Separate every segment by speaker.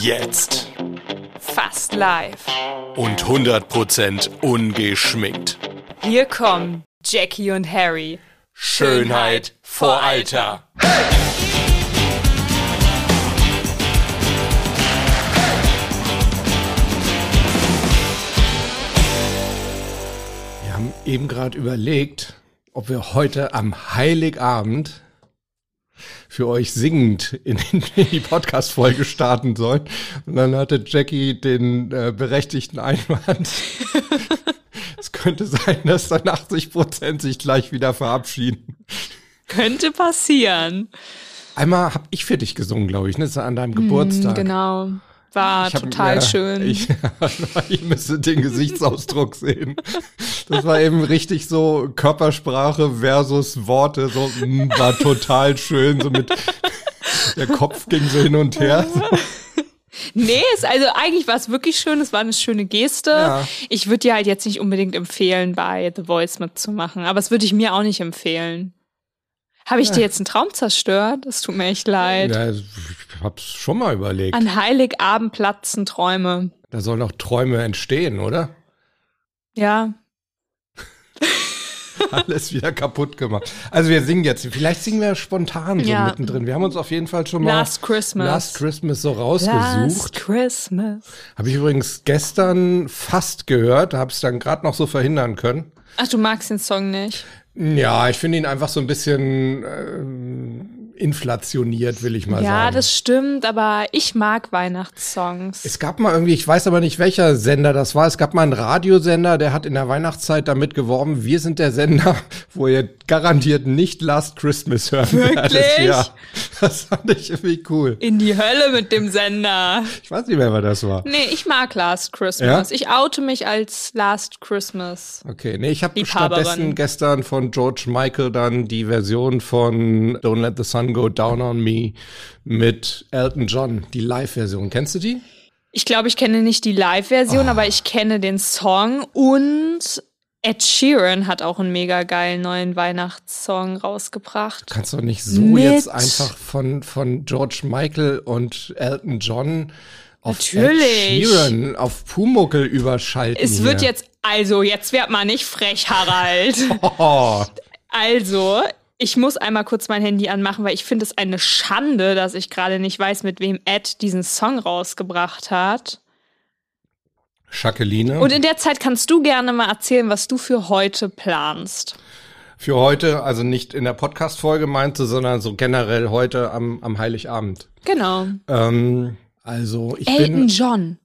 Speaker 1: jetzt.
Speaker 2: Fast live.
Speaker 1: Und 100% ungeschminkt.
Speaker 2: Hier kommen Jackie und Harry.
Speaker 1: Schönheit vor Alter.
Speaker 3: Wir haben eben gerade überlegt, ob wir heute am Heiligabend für euch singend in, in die Podcast-Folge starten sollen. Und dann hatte Jackie den äh, berechtigten Einwand. es könnte sein, dass dann 80 Prozent sich gleich wieder verabschieden.
Speaker 2: Könnte passieren.
Speaker 3: Einmal habe ich für dich gesungen, glaube ich, ne? Das war an deinem Geburtstag.
Speaker 2: Mm, Genau. War
Speaker 3: Ich hab-
Speaker 2: total
Speaker 3: ja,
Speaker 2: schön.
Speaker 3: Ich, ich müsste den Gesichtsausdruck sehen. Das war eben richtig so Körpersprache versus Worte. So mm, war total schön. So mit der Kopf ging so hin und her.
Speaker 2: nee, es, also eigentlich war es wirklich schön. Es war eine schöne Geste.
Speaker 3: Ja.
Speaker 2: Ich würde dir halt jetzt nicht unbedingt empfehlen, bei The Voice mitzumachen. Aber es würde ich mir auch nicht empfehlen. Habe ich dir jetzt einen Traum zerstört? Es tut mir echt leid.
Speaker 3: Ja, ich hab's schon mal überlegt.
Speaker 2: An Heiligabend platzen Träume.
Speaker 3: Da sollen auch Träume entstehen, oder?
Speaker 2: Ja.
Speaker 3: Alles wieder kaputt gemacht. Also wir singen jetzt. Vielleicht singen wir spontan so
Speaker 2: Ja.
Speaker 3: mittendrin. Wir haben uns auf jeden Fall schon mal
Speaker 2: Last Christmas.
Speaker 3: Last Christmas so rausgesucht.
Speaker 2: Last Christmas.
Speaker 3: Habe ich übrigens gestern fast gehört, habe es dann gerade noch so verhindern können.
Speaker 2: Ach, du magst den Song nicht.
Speaker 3: Ja, ich finde ihn einfach so ein bisschen ähm, inflationiert, will ich mal
Speaker 2: ja,
Speaker 3: sagen.
Speaker 2: das stimmt, aber ich mag Weihnachtssongs.
Speaker 3: es gab mal irgendwie, ich weiß aber nicht, welcher Sender das war. Es gab mal einen Radiosender, der hat in der Weihnachtszeit damit geworben, wir sind der Sender, wo ihr garantiert nicht Last Christmas hören werdet.
Speaker 2: Wirklich?
Speaker 3: Ja, das fand ich irgendwie cool.
Speaker 2: In die Hölle mit dem Sender.
Speaker 3: Ich weiß nicht mehr, wer das war.
Speaker 2: Nee, ich mag Last Christmas.
Speaker 3: Ja?
Speaker 2: Ich oute mich als Last Christmas.
Speaker 3: Okay, nee, ich habe
Speaker 2: Liebhaberin.
Speaker 3: stattdessen gestern von George Michael dann die Version von Don't Let the Sun Go Down on Me mit Elton John, die Live-Version. Kennst du die?
Speaker 2: Ich glaube, ich kenne nicht die
Speaker 3: Oh.
Speaker 2: Live-Version, aber ich kenne den Song und Ed Sheeran hat auch einen mega geilen neuen Weihnachtssong rausgebracht.
Speaker 3: Kannst du nicht so
Speaker 2: Mit-
Speaker 3: jetzt einfach von, von George Michael und Elton John auf Ed
Speaker 2: Natürlich.
Speaker 3: Sheeran, auf Pumuckel überschalten.
Speaker 2: Es wird
Speaker 3: hier.
Speaker 2: jetzt, also, jetzt werd mal nicht frech, Harald.
Speaker 3: Oh,
Speaker 2: Also, ich muss einmal kurz mein Handy anmachen, weil ich finde es eine Schande, dass ich gerade nicht weiß, mit wem Ed diesen Song rausgebracht hat.
Speaker 3: Jacqueline.
Speaker 2: Und in der Zeit kannst du gerne mal erzählen, was du für heute planst.
Speaker 3: Für heute, also nicht in der Podcast-Folge meinte, sondern so generell heute am, am Heiligabend.
Speaker 2: Genau.
Speaker 3: Ähm, also ich
Speaker 2: Elton
Speaker 3: bin.
Speaker 2: John.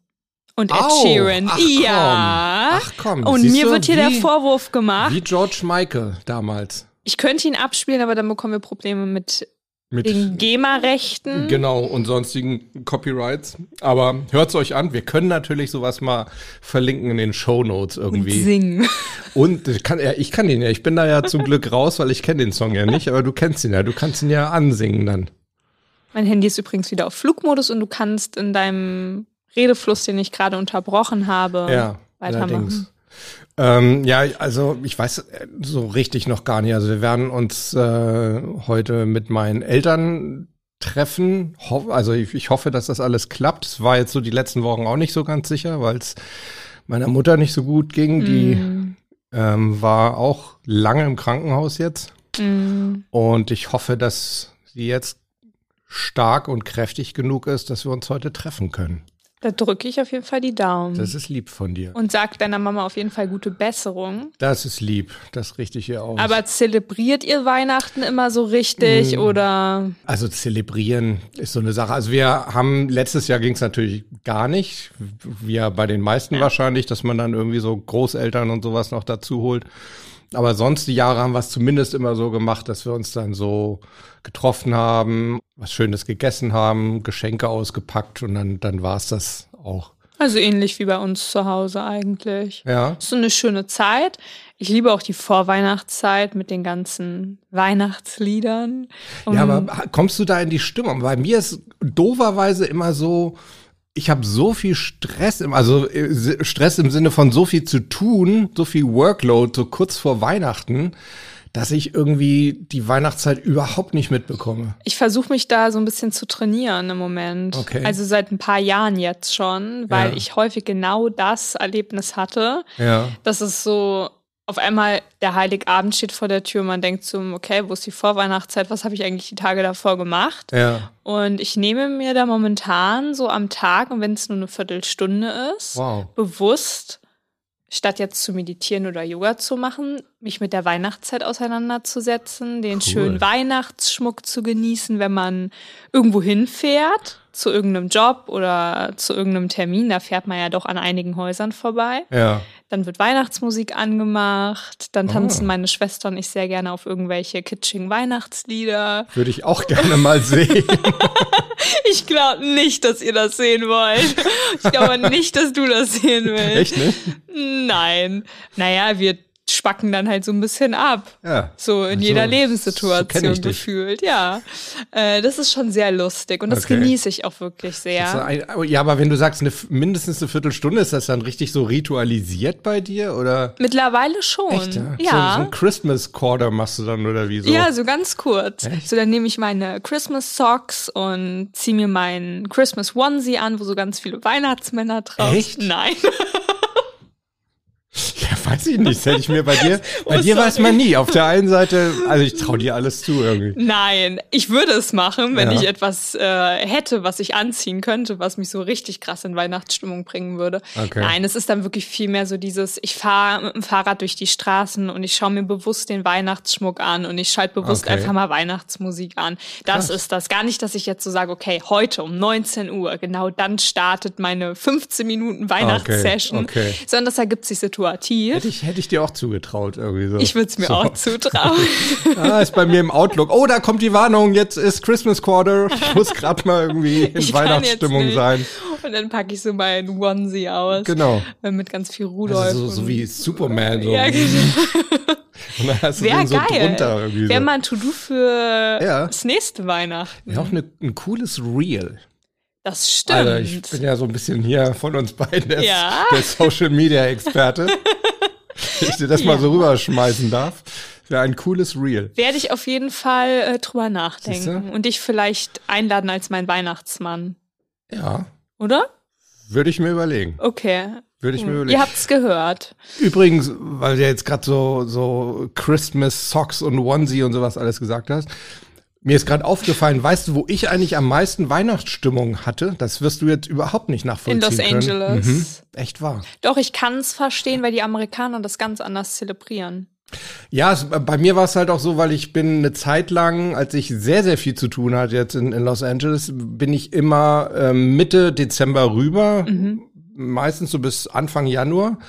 Speaker 2: Und Ed
Speaker 3: Au,
Speaker 2: Sheeran.
Speaker 3: ach
Speaker 2: ja.
Speaker 3: komm, ach komm,
Speaker 2: Und
Speaker 3: siehst
Speaker 2: mir
Speaker 3: du,
Speaker 2: wird hier der
Speaker 3: wie-
Speaker 2: Vorwurf gemacht.
Speaker 3: Wie George Michael damals.
Speaker 2: Ich könnte ihn abspielen, aber dann bekommen wir Probleme mit
Speaker 3: Mit
Speaker 2: den GEMA-Rechten.
Speaker 3: genau und sonstigen Copyrights. Aber hört's euch an. Wir können natürlich sowas mal verlinken in den Show Notes irgendwie.
Speaker 2: Singen.
Speaker 3: Und, ich kann, ja, ich kann ihn ja. Ich bin da ja zum Glück raus, weil ich kenne den Song ja nicht. Aber du kennst ihn ja. Du kannst ihn ja ansingen dann.
Speaker 2: Mein Handy ist übrigens wieder auf Flugmodus und du kannst in deinem Redefluss, den ich gerade unterbrochen habe,
Speaker 3: Ja,
Speaker 2: weitermachen.
Speaker 3: allerdings. Ähm, ja, also ich weiß äh, so richtig noch gar nicht. Also wir werden uns äh, heute mit meinen Eltern treffen. Ho also ich, ich hoffe, dass das alles klappt. Es war jetzt so die letzten Wochen auch nicht so ganz sicher, weil es meiner Mutter nicht so gut ging.
Speaker 2: Hm. Mhm.
Speaker 3: Die ähm, war auch lange im Krankenhaus jetzt.
Speaker 2: Hm.
Speaker 3: Und ich hoffe, dass sie jetzt stark und kräftig genug ist, dass wir uns heute treffen können.
Speaker 2: Da drücke ich auf jeden Fall die Daumen.
Speaker 3: Das ist lieb von dir.
Speaker 2: und sag deiner Mama auf jeden Fall gute Besserung.
Speaker 3: Das ist lieb, das Hm. richte ich ihr aus.
Speaker 2: Aber zelebriert ihr Weihnachten immer so richtig oder?
Speaker 3: also zelebrieren ist so eine Sache. Also wir haben, letztes Jahr ging es natürlich gar nicht, wie ja bei den meisten wahrscheinlich, dass man dann irgendwie so Großeltern und sowas noch dazu holt. Aber sonst die Jahre haben wir es zumindest immer so gemacht, dass wir uns dann so getroffen haben, was Schönes gegessen haben, Geschenke ausgepackt und dann, dann war es das auch.
Speaker 2: Also ähnlich wie bei uns zu Hause eigentlich.
Speaker 3: Ja.
Speaker 2: ist so eine schöne Zeit. Ich liebe auch die Vorweihnachtszeit mit den ganzen Weihnachtsliedern.
Speaker 3: Ja, aber kommst du da in die Stimmung? Bei mir ist dooferweise immer so, ich habe so viel Stress, im, also äh, si- Stress im Sinne von so viel zu tun, so viel Workload, so kurz vor Weihnachten, dass ich irgendwie die Weihnachtszeit überhaupt nicht mitbekomme.
Speaker 2: Ich versuche mich da so ein bisschen zu trainieren im Moment.
Speaker 3: Okay.
Speaker 2: Also seit ein paar Jahren jetzt schon, weil
Speaker 3: Ja.
Speaker 2: ich häufig genau das Erlebnis hatte,
Speaker 3: Ja.
Speaker 2: dass es so auf einmal der Heiligabend steht vor der Tür und man denkt so, okay, wo ist die Vorweihnachtszeit? Was habe ich eigentlich die Tage davor gemacht?
Speaker 3: Ja.
Speaker 2: Und ich nehme mir da momentan so am Tag, und wenn es nur eine Viertelstunde ist,
Speaker 3: Wow.
Speaker 2: bewusst, statt jetzt zu meditieren oder Yoga zu machen, mich mit der Weihnachtszeit auseinanderzusetzen, den schönen Weihnachtsschmuck zu genießen, wenn man irgendwo hinfährt, zu irgendeinem Job oder zu irgendeinem Termin. Da fährt man ja doch an einigen Häusern vorbei.
Speaker 3: Ja.
Speaker 2: Dann wird Weihnachtsmusik angemacht, dann
Speaker 3: Ah.
Speaker 2: tanzen meine Schwester und ich sehr gerne auf irgendwelche kitschigen Weihnachtslieder.
Speaker 3: Würde ich auch gerne mal sehen.
Speaker 2: Ich glaube nicht, dass ihr das sehen wollt. Ich glaube nicht, dass du das sehen willst.
Speaker 3: Echt, ne?
Speaker 2: Nein. Naja, wir spacken dann halt so ein bisschen ab.
Speaker 3: Ja.
Speaker 2: So in
Speaker 3: Also,
Speaker 2: jeder
Speaker 3: so kenn
Speaker 2: Lebenssituation
Speaker 3: ich dich.
Speaker 2: gefühlt, ja. Äh, das ist schon sehr lustig und das
Speaker 3: Okay.
Speaker 2: genieße ich auch wirklich
Speaker 3: Das ist
Speaker 2: sehr.
Speaker 3: Also ein- Ja, aber wenn du sagst, eine, mindestens eine Viertelstunde, ist das dann richtig so ritualisiert bei dir oder?
Speaker 2: Mittlerweile schon.
Speaker 3: Echt, ja?
Speaker 2: ja.
Speaker 3: So, so ein Christmas Quarter machst du dann oder wie so?
Speaker 2: Ja, so ganz kurz. So, dann nehme ich meine Christmas Socks und ziehe mir meinen Christmas Onesie an, wo so ganz viele Weihnachtsmänner drauf
Speaker 3: Echt?
Speaker 2: Nein.
Speaker 3: ja, weiß ich nicht. Das hätte ich mir bei dir. Bei
Speaker 2: Oh,
Speaker 3: dir weiß
Speaker 2: sorry.
Speaker 3: man nie. Auf der einen Seite, also ich traue dir alles zu irgendwie.
Speaker 2: Nein, ich würde es machen, wenn
Speaker 3: Ja.
Speaker 2: ich etwas äh, hätte, was ich anziehen könnte, was mich so richtig krass in Weihnachtsstimmung bringen würde.
Speaker 3: Okay.
Speaker 2: Nein, es ist dann wirklich viel mehr so dieses, ich fahre mit dem Fahrrad durch die Straßen und ich schaue mir bewusst den Weihnachtsschmuck an und ich schalte bewusst
Speaker 3: Okay.
Speaker 2: einfach mal Weihnachtsmusik an. Das ist das. Gar nicht, dass ich jetzt so sage, okay, heute um 19 Uhr, genau dann startet meine 15 Minuten Weihnachtssession,
Speaker 3: okay.
Speaker 2: sondern das ergibt sich situativ.
Speaker 3: Hätte ich, hätte ich dir auch zugetraut irgendwie so.
Speaker 2: Ich würde es mir
Speaker 3: so.
Speaker 2: auch zutrauen.
Speaker 3: Ah, ist bei mir im Outlook. Oh, da kommt die Warnung. Jetzt ist Christmas Quarter. Ich muss gerade mal irgendwie in
Speaker 2: Ich kann jetzt
Speaker 3: Weihnachtsstimmung
Speaker 2: nicht.
Speaker 3: sein.
Speaker 2: Und dann packe ich so meinen Onesie aus.
Speaker 3: Genau.
Speaker 2: Äh, Mit ganz viel Rudolf.
Speaker 3: Also so,
Speaker 2: und-
Speaker 3: so wie Superman. So.
Speaker 2: Ja, genau.
Speaker 3: Und dann hast du
Speaker 2: Wäre
Speaker 3: den so
Speaker 2: geil.
Speaker 3: drunter irgendwie.
Speaker 2: Wäre
Speaker 3: So.
Speaker 2: mal ein To-Do für
Speaker 3: Ja.
Speaker 2: das nächste Weihnachten.
Speaker 3: Ja, auch ne, ein cooles Reel.
Speaker 2: Das stimmt.
Speaker 3: Alter, ich bin ja so ein bisschen hier von uns beiden der,
Speaker 2: Ja.
Speaker 3: der Social Media Experte. Wenn ich dir das mal so rüberschmeißen darf. Wäre ein cooles Reel.
Speaker 2: Werde ich auf jeden Fall äh, drüber nachdenken
Speaker 3: Siehste?
Speaker 2: und dich vielleicht einladen als mein Weihnachtsmann.
Speaker 3: Ja.
Speaker 2: Oder?
Speaker 3: Würde ich mir überlegen.
Speaker 2: Okay.
Speaker 3: Würde ich mir überlegen.
Speaker 2: Hm. Ihr habt's gehört.
Speaker 3: Übrigens, weil du ja jetzt gerade so, so Christmas Socks und Onesie und sowas alles gesagt hast. Mir ist gerade aufgefallen, weißt du, wo ich eigentlich am meisten Weihnachtsstimmung hatte? Das wirst du jetzt überhaupt nicht
Speaker 2: In
Speaker 3: nachvollziehen
Speaker 2: Los
Speaker 3: können. Mhm.
Speaker 2: Angeles.
Speaker 3: Echt wahr.
Speaker 2: Doch, ich kann's verstehen, weil die Amerikaner das ganz anders zelebrieren.
Speaker 3: Ja, es, bei mir war es halt auch so, weil ich bin eine Zeit lang, als ich sehr, sehr viel zu tun hatte jetzt in, in Los Angeles, bin ich immer ähm, Mitte Dezember rüber, meistens so bis Anfang Januar.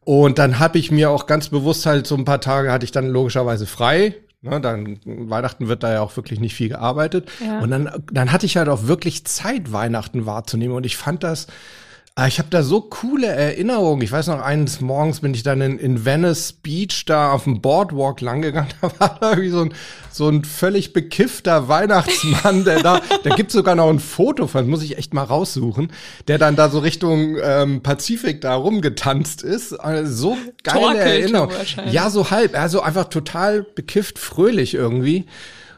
Speaker 3: Und dann habe ich mir auch ganz bewusst halt so ein paar Tage hatte ich dann logischerweise frei. Ne, dann Weihnachten wird da ja auch wirklich nicht viel gearbeitet.
Speaker 2: Ja.
Speaker 3: Und dann, dann hatte ich halt auch wirklich Zeit, Weihnachten wahrzunehmen. Und ich fand das, Ah, Ich habe da so coole Erinnerungen. Ich weiß noch, eines Morgens bin ich dann in, in Venice Beach da auf dem Boardwalk langgegangen. Da war da irgendwie so ein, so ein völlig bekiffter Weihnachtsmann, der da, da gibt's sogar noch ein Foto von, das muss ich echt mal raussuchen, der dann da so Richtung ähm, Pazifik da rumgetanzt ist. Also so geile
Speaker 2: Torkelte
Speaker 3: Erinnerung.
Speaker 2: wahrscheinlich.
Speaker 3: Ja, so halb. Also einfach total bekifft, fröhlich irgendwie.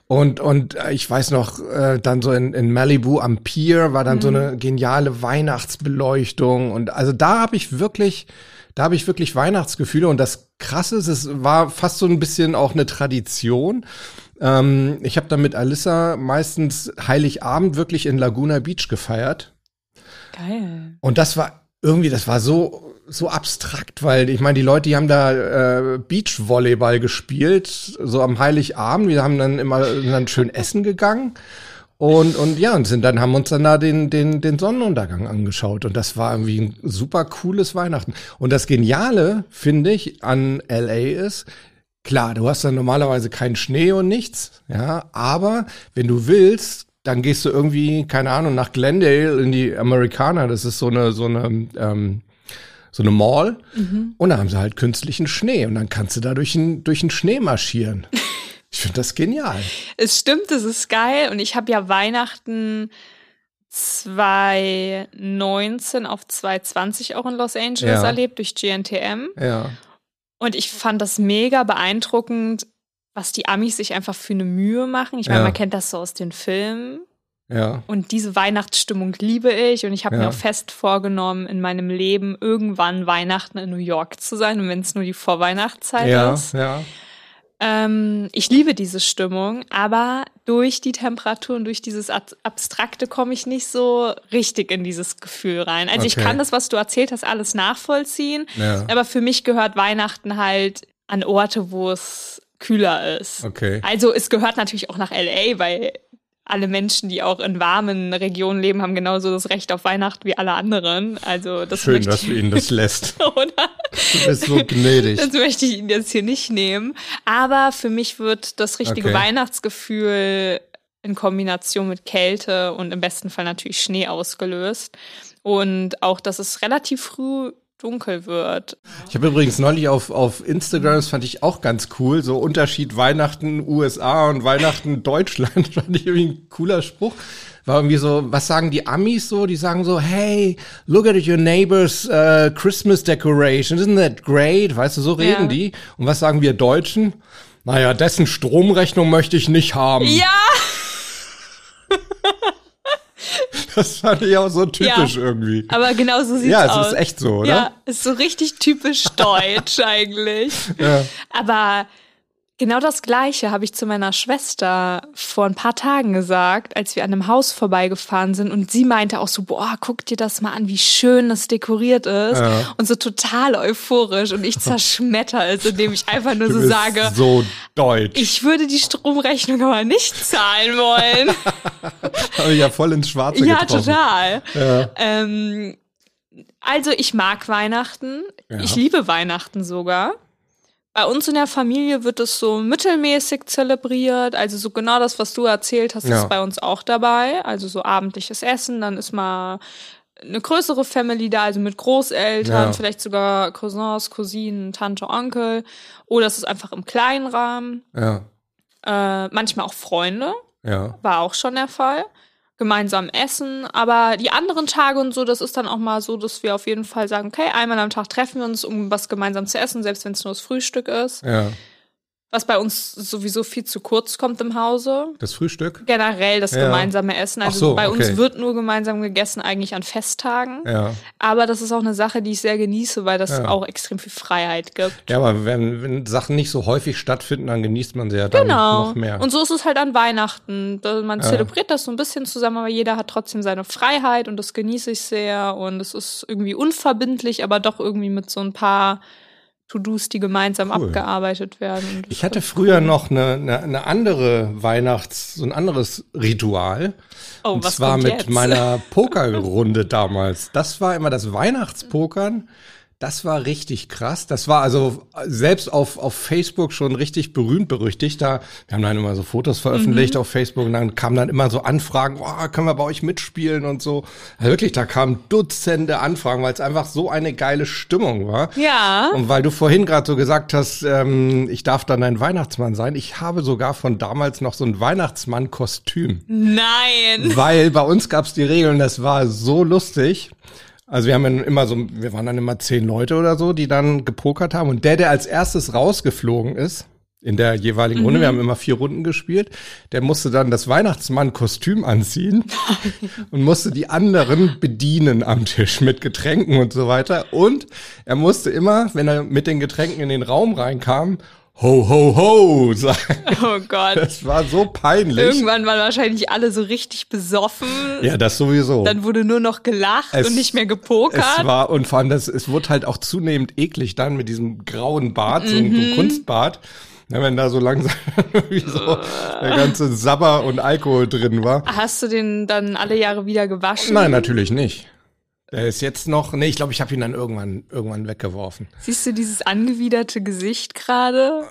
Speaker 3: Und, und äh, ich weiß noch, äh, dann so in, in Malibu am Pier war dann so eine geniale Weihnachtsbeleuchtung. Und also da habe ich wirklich, da habe ich wirklich Weihnachtsgefühle. Und das Krasse ist, es war fast so ein bisschen auch eine Tradition. Ähm, ich habe dann mit Alissa meistens Heiligabend wirklich in Laguna Beach gefeiert.
Speaker 2: Geil.
Speaker 3: Und das war irgendwie, das war so so abstrakt, weil ich meine, die Leute, die haben da äh, Beachvolleyball gespielt, so am Heiligabend. Wir haben dann immer sind dann schön essen gegangen und und ja und sind dann haben uns dann da den den den Sonnenuntergang angeschaut und das war irgendwie ein super cooles Weihnachten. Und das Geniale finde ich an LA ist Klar, du hast dann normalerweise keinen Schnee und nichts, ja, aber wenn du willst, dann gehst du irgendwie, keine Ahnung, nach Glendale in die Americana, das ist so eine, so eine, ähm, so eine Mall
Speaker 2: Mhm.
Speaker 3: und da haben sie halt künstlichen Schnee und dann kannst du da durch den, durch den Schnee marschieren. Ich finde das genial.
Speaker 2: Es stimmt, es ist geil und ich habe ja Weihnachten 2019 auf 2020 auch in Los Angeles
Speaker 3: Ja.
Speaker 2: erlebt durch GNTM
Speaker 3: Ja,
Speaker 2: und ich fand das mega beeindruckend, was die Amis sich einfach für eine Mühe machen. Ich meine,
Speaker 3: Ja.
Speaker 2: man kennt das so aus den Filmen.
Speaker 3: Ja.
Speaker 2: Und diese Weihnachtsstimmung liebe ich. Und ich habe
Speaker 3: Ja.
Speaker 2: mir auch fest vorgenommen, in meinem Leben irgendwann Weihnachten in New York zu sein. Und wenn es nur die Vorweihnachtszeit
Speaker 3: Ja,
Speaker 2: ist.
Speaker 3: ja.
Speaker 2: Ähm, ich liebe diese Stimmung, aber durch die Temperatur und durch dieses Ab Abstrakte komme ich nicht so richtig in dieses Gefühl rein. Also ich
Speaker 3: Okay.
Speaker 2: kann das, was du erzählt hast, alles nachvollziehen.
Speaker 3: Ja.
Speaker 2: Aber für mich gehört Weihnachten halt an Orte, wo es kühler ist.
Speaker 3: Okay.
Speaker 2: Also es gehört natürlich auch nach LA, weil alle Menschen, die auch in warmen Regionen leben, haben genauso das Recht auf Weihnachten wie alle anderen. Also das
Speaker 3: Schön,
Speaker 2: möchte
Speaker 3: dass du ihnen das lässt.
Speaker 2: ich, oder?
Speaker 3: Du bist so gnädig.
Speaker 2: Das möchte ich Ihnen jetzt hier nicht nehmen. Aber für mich wird das richtige
Speaker 3: Okay.
Speaker 2: Weihnachtsgefühl in Kombination mit Kälte und im besten Fall natürlich Schnee ausgelöst. Und auch, dass es relativ früh dunkel wird.
Speaker 3: Ich habe übrigens neulich auf, auf Instagram, das fand ich auch ganz cool, so Unterschied Weihnachten USA und Weihnachten Deutschland, fand ich irgendwie ein cooler Spruch. War irgendwie so, was sagen die Amis so? Die sagen so, hey, look at your neighbor's uh, Christmas decoration, isn't that great? Weißt du, so reden
Speaker 2: Ja.
Speaker 3: die. Und was sagen wir Deutschen? Naja, dessen Stromrechnung möchte ich nicht haben.
Speaker 2: Ja,
Speaker 3: Das fand ich auch so typisch
Speaker 2: Ja.
Speaker 3: irgendwie.
Speaker 2: aber genau so sieht's
Speaker 3: Ja,
Speaker 2: aus.
Speaker 3: es ist echt so, oder?
Speaker 2: Ja, ist so richtig typisch deutsch eigentlich. Aber genau das Gleiche habe ich zu meiner Schwester vor ein paar Tagen gesagt, als wir an einem Haus vorbeigefahren sind und sie meinte auch so, boah, guck dir das mal an, wie schön das dekoriert ist
Speaker 3: Ja.
Speaker 2: und so total euphorisch und ich zerschmetter es, indem ich einfach nur
Speaker 3: Du
Speaker 2: so
Speaker 3: bist
Speaker 2: sage,
Speaker 3: so deutsch.
Speaker 2: ich würde die Stromrechnung aber nicht zahlen wollen.
Speaker 3: Habe ich ja voll ins Schwarze
Speaker 2: ja,
Speaker 3: getroffen.
Speaker 2: total. Ähm, also ich mag Weihnachten.
Speaker 3: Ja.
Speaker 2: Ich liebe Weihnachten sogar. Bei uns in der Familie wird es so mittelmäßig zelebriert. Also so genau das, was du erzählt hast,
Speaker 3: Ja.
Speaker 2: ist bei uns auch dabei. Also so abendliches Essen, dann ist mal eine größere Family da, also mit Großeltern,
Speaker 3: Ja.
Speaker 2: vielleicht sogar Cousins, Cousinen, Tante, Onkel. Oder es ist einfach im kleinen Rahmen.
Speaker 3: Ja,
Speaker 2: Äh, manchmal auch Freunde
Speaker 3: ja.
Speaker 2: war auch schon der Fall. Gemeinsam essen, aber die anderen Tage und so, das ist dann auch mal so, dass wir auf jeden Fall sagen, okay, einmal am Tag treffen wir uns, um was gemeinsam zu essen, selbst wenn es nur das Frühstück ist.
Speaker 3: Ja,
Speaker 2: Was bei uns sowieso viel zu kurz kommt im Hause.
Speaker 3: das Frühstück?
Speaker 2: Generell das
Speaker 3: Ja.
Speaker 2: gemeinsame Essen.
Speaker 3: Ach
Speaker 2: Also
Speaker 3: so,
Speaker 2: bei
Speaker 3: okay.
Speaker 2: uns wird nur gemeinsam gegessen, eigentlich an Festtagen.
Speaker 3: Ja.
Speaker 2: Aber das ist auch eine Sache, die ich sehr genieße, weil das
Speaker 3: Ja.
Speaker 2: auch extrem viel Freiheit gibt.
Speaker 3: Ja, aber wenn, wenn Sachen nicht so häufig stattfinden, dann genießt man sie ja dann
Speaker 2: Genau.
Speaker 3: noch mehr.
Speaker 2: Und so ist es halt an Weihnachten. Da- Man
Speaker 3: Ja.
Speaker 2: zelebriert das so ein bisschen zusammen, aber jeder hat trotzdem seine Freiheit und das genieße ich sehr. Und es ist irgendwie unverbindlich, aber doch irgendwie mit so ein paar To-Dos, die gemeinsam
Speaker 3: Cool.
Speaker 2: abgearbeitet werden. Und
Speaker 3: ich hatte früher noch eine, eine, eine andere Weihnachts-, so ein anderes Ritual.
Speaker 2: oh,
Speaker 3: und
Speaker 2: was
Speaker 3: zwar
Speaker 2: kommt
Speaker 3: mit
Speaker 2: jetzt?
Speaker 3: meiner Pokerrunde damals. Das war immer das Weihnachtspokern. Das war richtig krass. Das war also selbst auf, auf Facebook schon richtig berühmt berüchtigt. Da, wir haben dann immer so Fotos veröffentlicht
Speaker 2: Mhm.
Speaker 3: auf Facebook und dann kamen dann immer so Anfragen, oh, können wir bei euch mitspielen und so. Also wirklich, da kamen Dutzende Anfragen, weil es einfach so eine geile Stimmung war.
Speaker 2: Ja.
Speaker 3: Und weil du vorhin gerade so gesagt hast, ähm, ich darf dann ein Weihnachtsmann sein. Ich habe sogar von damals noch so ein Weihnachtsmann-Kostüm.
Speaker 2: Nein.
Speaker 3: Weil bei uns gab's die Regeln, das war so lustig. Also wir haben dann immer so, wir waren dann immer zehn Leute oder so, die dann gepokert haben. Und der, der als erstes rausgeflogen ist, in der jeweiligen Runde, wir haben immer vier Runden gespielt, der musste dann das Weihnachtsmann-Kostüm anziehen und musste die anderen bedienen am Tisch mit Getränken und so weiter. Und er musste immer, wenn er mit den Getränken in den Raum reinkam, ho, ho, ho sagen.
Speaker 2: Oh Gott.
Speaker 3: Das war so peinlich.
Speaker 2: Irgendwann waren wahrscheinlich alle so richtig besoffen.
Speaker 3: ja, das sowieso.
Speaker 2: Dann wurde nur noch gelacht
Speaker 3: Es-
Speaker 2: und nicht mehr
Speaker 3: Es
Speaker 2: gepokert.
Speaker 3: war, und vor allem, das, es wurde halt auch zunehmend eklig dann mit diesem grauen Bart, so
Speaker 2: Mhm.
Speaker 3: einem Kunstbart. Na, wenn da so langsam irgendwie so der ganze Sabber und Alkohol drin war.
Speaker 2: Hast du den dann alle Jahre wieder gewaschen?
Speaker 3: Nein, natürlich nicht. Der ist jetzt noch, nee, ich glaube, ich habe ihn dann irgendwann, irgendwann weggeworfen.
Speaker 2: Siehst du dieses angewiderte Gesicht gerade?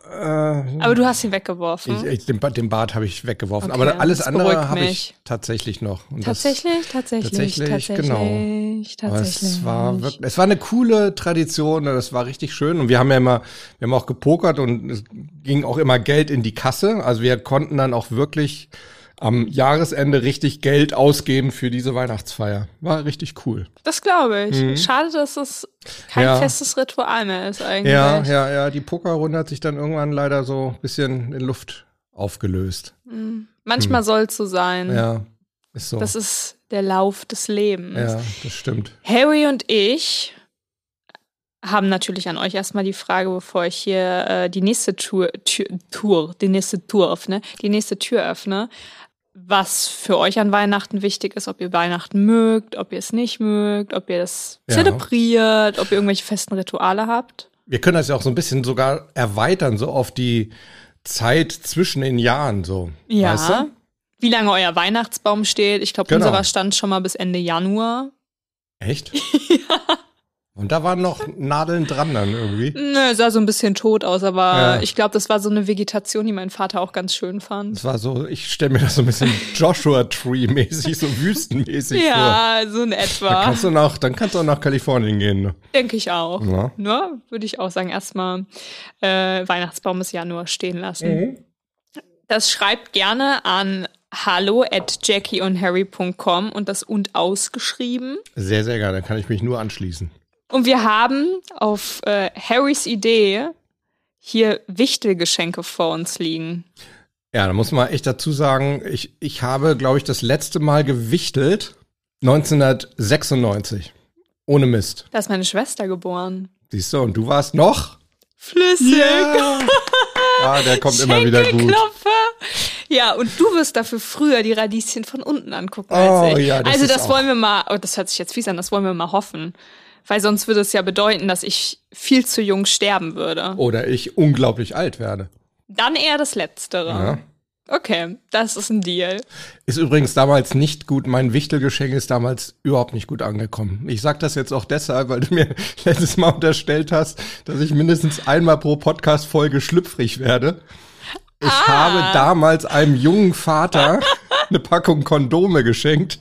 Speaker 2: Aber du hast ihn
Speaker 3: Äh, Ich, äh,
Speaker 2: weggeworfen.
Speaker 3: ich, den, Ba- den Bart habe ich weggeworfen.
Speaker 2: Hm? Okay,
Speaker 3: Aber alles
Speaker 2: das
Speaker 3: andere
Speaker 2: beruhigt
Speaker 3: habe ich
Speaker 2: mich.
Speaker 3: tatsächlich noch. Und das-
Speaker 2: tatsächlich, tatsächlich,
Speaker 3: tatsächlich,
Speaker 2: tatsächlich, tatsächlich,
Speaker 3: genau. Aber
Speaker 2: tatsächlich.
Speaker 3: Es war wirklich, es war eine coole Tradition, und das war richtig schön und wir haben ja immer, wir haben auch gepokert und es ging auch immer Geld in die Kasse, also wir konnten dann auch wirklich am Jahresende richtig Geld ausgeben für diese Weihnachtsfeier. War richtig cool.
Speaker 2: Das glaube ich. Schade, dass es kein
Speaker 3: Mhm. Ja.
Speaker 2: festes Ritual mehr ist eigentlich.
Speaker 3: Ja, ja, ja. Die Pokerrunde hat sich dann irgendwann leider so ein bisschen in Luft aufgelöst.
Speaker 2: Mhm. Manchmal soll's so sein.
Speaker 3: Ja, ist so.
Speaker 2: Mhm. Das ist der Lauf des Lebens.
Speaker 3: ja, das stimmt.
Speaker 2: Harry und ich haben natürlich an euch erstmal die Frage, bevor ich hier äh, die nächste Tour, Tür, Tour, die nächste Tour öffne, die nächste Tür öffne, was für euch an Weihnachten wichtig ist, ob ihr Weihnachten mögt, ob ihr es nicht mögt, ob ihr das
Speaker 3: Ja.
Speaker 2: zelebriert, ob ihr irgendwelche festen Rituale habt.
Speaker 3: Wir können das ja auch so ein bisschen sogar erweitern, so auf die Zeit zwischen den Jahren, so.
Speaker 2: Ja.
Speaker 3: Weißt du?
Speaker 2: Wie lange euer Weihnachtsbaum steht. Ich glaube,
Speaker 3: Genau.
Speaker 2: unserer stand schon mal bis Ende Januar.
Speaker 3: Echt? Und da waren noch Nadeln dran dann irgendwie.
Speaker 2: Nö, sah so ein bisschen tot aus, aber
Speaker 3: Ja.
Speaker 2: ich glaube, das war so eine Vegetation, die mein Vater auch ganz schön fand.
Speaker 3: Das war so, ich stelle mir das so ein bisschen Joshua Tree-mäßig, so wüstenmäßig vor.
Speaker 2: Ja, so in
Speaker 3: Dann
Speaker 2: etwa.
Speaker 3: kannst, du nach, dann kannst du auch nach Kalifornien gehen. ne?
Speaker 2: Denke ich auch.
Speaker 3: Ja.
Speaker 2: Ne? Würde ich auch sagen, erstmal äh, Weihnachtsbaum bis Januar stehen lassen.
Speaker 3: Mhm.
Speaker 2: Das schreibt gerne an hallo at jackieundharry.com und das und ausgeschrieben.
Speaker 3: Sehr, sehr geil. Dann kann ich mich nur anschließen.
Speaker 2: Und wir haben auf äh, Harrys Idee hier Wichtelgeschenke vor uns liegen.
Speaker 3: Ja, da muss man echt dazu sagen, ich, ich habe, glaube ich, das letzte Mal gewichtelt 1996. Ohne Mist.
Speaker 2: Da ist meine Schwester geboren.
Speaker 3: Siehst du, und du warst noch?
Speaker 2: Flüssig.
Speaker 3: Ja, der kommt immer wieder gut.
Speaker 2: Schenkelklopfer. Ja, und du wirst dafür früher die Radieschen von unten angucken
Speaker 3: Oh,
Speaker 2: als ich.
Speaker 3: ja, das
Speaker 2: also
Speaker 3: ist
Speaker 2: das
Speaker 3: auch-
Speaker 2: wollen wir mal, oh, das hört sich jetzt fies an, das wollen wir mal hoffen. Weil sonst würde es ja bedeuten, dass ich viel zu jung sterben würde.
Speaker 3: Oder ich unglaublich alt werde. ne?
Speaker 2: Dann eher das Letztere.
Speaker 3: Ja.
Speaker 2: Okay, das ist ein Deal.
Speaker 3: Ist übrigens damals nicht gut. Mein Wichtelgeschenk ist damals überhaupt nicht gut angekommen. Ich sag das jetzt auch deshalb, weil du mir letztes Mal unterstellt hast, dass ich mindestens einmal pro Podcast-Folge schlüpfrig werde. Ich
Speaker 2: Ah.
Speaker 3: habe damals einem jungen Vater eine Packung Kondome geschenkt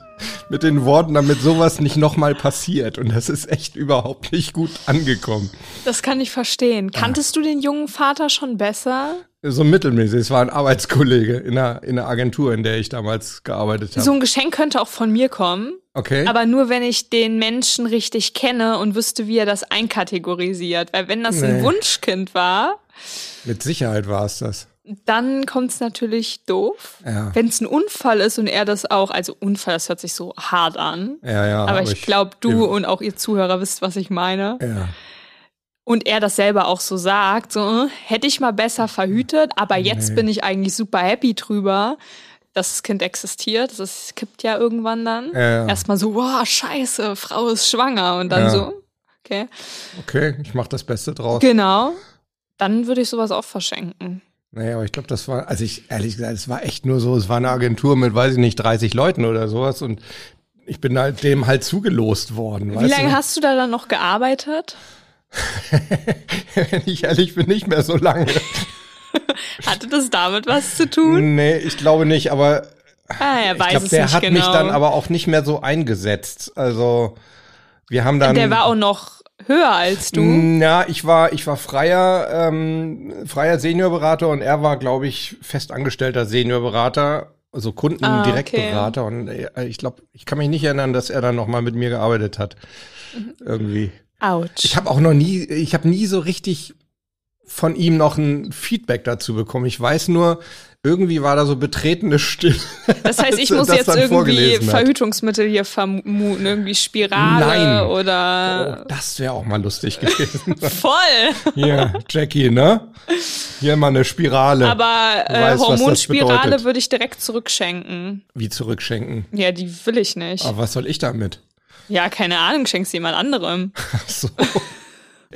Speaker 3: mit den Worten, damit sowas nicht nochmal passiert. Und das ist echt überhaupt nicht gut angekommen.
Speaker 2: Das kann ich verstehen. Kanntest du den jungen Vater schon besser?
Speaker 3: So mittelmäßig. Es war ein Arbeitskollege in einer, in einer Agentur, in der ich damals gearbeitet
Speaker 2: So
Speaker 3: habe.
Speaker 2: ein Geschenk könnte auch von mir kommen.
Speaker 3: Okay.
Speaker 2: Aber nur wenn ich den Menschen richtig kenne und wüsste, wie er das einkategorisiert. Weil wenn das ein
Speaker 3: Nee.
Speaker 2: Wunschkind war,
Speaker 3: Mit Sicherheit war es das.
Speaker 2: dann kommt's natürlich doof.
Speaker 3: Ja.
Speaker 2: Wenn es ein Unfall ist und er das auch, also Unfall, das hört sich so hart an.
Speaker 3: Ja, ja.
Speaker 2: aber ich glaube, du und auch ihr Zuhörer wisst, was ich meine.
Speaker 3: Ja.
Speaker 2: Und er das selber auch so sagt, so, äh, hätte ich mal besser verhütet, aber jetzt bin ich eigentlich super happy drüber, dass das Kind existiert. Das ist, kippt ja irgendwann dann.
Speaker 3: Ja, ja.
Speaker 2: Erstmal so, wow, scheiße, Frau ist schwanger. Und dann
Speaker 3: Ja.
Speaker 2: so, okay,
Speaker 3: Okay, ich mache das Beste draus.
Speaker 2: genau. Dann würde ich sowas auch verschenken.
Speaker 3: Naja, aber ich glaube, das war, also ich, ehrlich gesagt, es war echt nur so, es war eine Agentur mit, weiß ich nicht, 30 Leuten oder sowas und ich bin halt dem halt zugelost worden.
Speaker 2: Wie lange hast du da dann noch gearbeitet?
Speaker 3: Wenn ich ehrlich bin, nicht mehr so lange.
Speaker 2: Hatte das damit was zu tun?
Speaker 3: nee, ich glaube nicht, aber
Speaker 2: Ah, er weiß
Speaker 3: Mm. ich glaube,
Speaker 2: es
Speaker 3: der
Speaker 2: nicht
Speaker 3: hat
Speaker 2: genau.
Speaker 3: mich dann aber auch nicht mehr so eingesetzt. Also, wir haben dann. Mm.
Speaker 2: der war auch noch höher als du.
Speaker 3: Ja, ich war, ich war freier, ähm, freier Seniorberater und er war, glaube ich, festangestellter Seniorberater, also
Speaker 2: Ah,
Speaker 3: Kundendirektberater. Und äh, ich glaube, ich kann mich nicht erinnern, dass er dann nochmal mit mir gearbeitet hat.
Speaker 2: Mhm.
Speaker 3: Irgendwie. Ich
Speaker 2: Autsch.
Speaker 3: habe auch noch nie, ich habe nie so richtig von ihm noch ein Feedback dazu bekommen. Ich weiß nur, irgendwie war da so betretene Stille.
Speaker 2: Das heißt, ich
Speaker 3: dass er
Speaker 2: muss
Speaker 3: das
Speaker 2: jetzt
Speaker 3: dann
Speaker 2: irgendwie
Speaker 3: vorgelesen hat.
Speaker 2: Verhütungsmittel hier vermuten, irgendwie Spirale
Speaker 3: Nein.
Speaker 2: oder
Speaker 3: Oh, das wäre auch mal lustig gewesen.
Speaker 2: voll.
Speaker 3: Hier, Jackie, ne? Hier mal eine Spirale.
Speaker 2: Aber äh,
Speaker 3: weißt, was das
Speaker 2: Hormonspirale
Speaker 3: bedeutet.
Speaker 2: würde ich direkt zurückschenken.
Speaker 3: Wie zurückschenken.
Speaker 2: Ja, die will ich nicht.
Speaker 3: Aber was soll ich damit?
Speaker 2: Ja, keine Ahnung, schenkst jemand anderem.
Speaker 3: Ach so.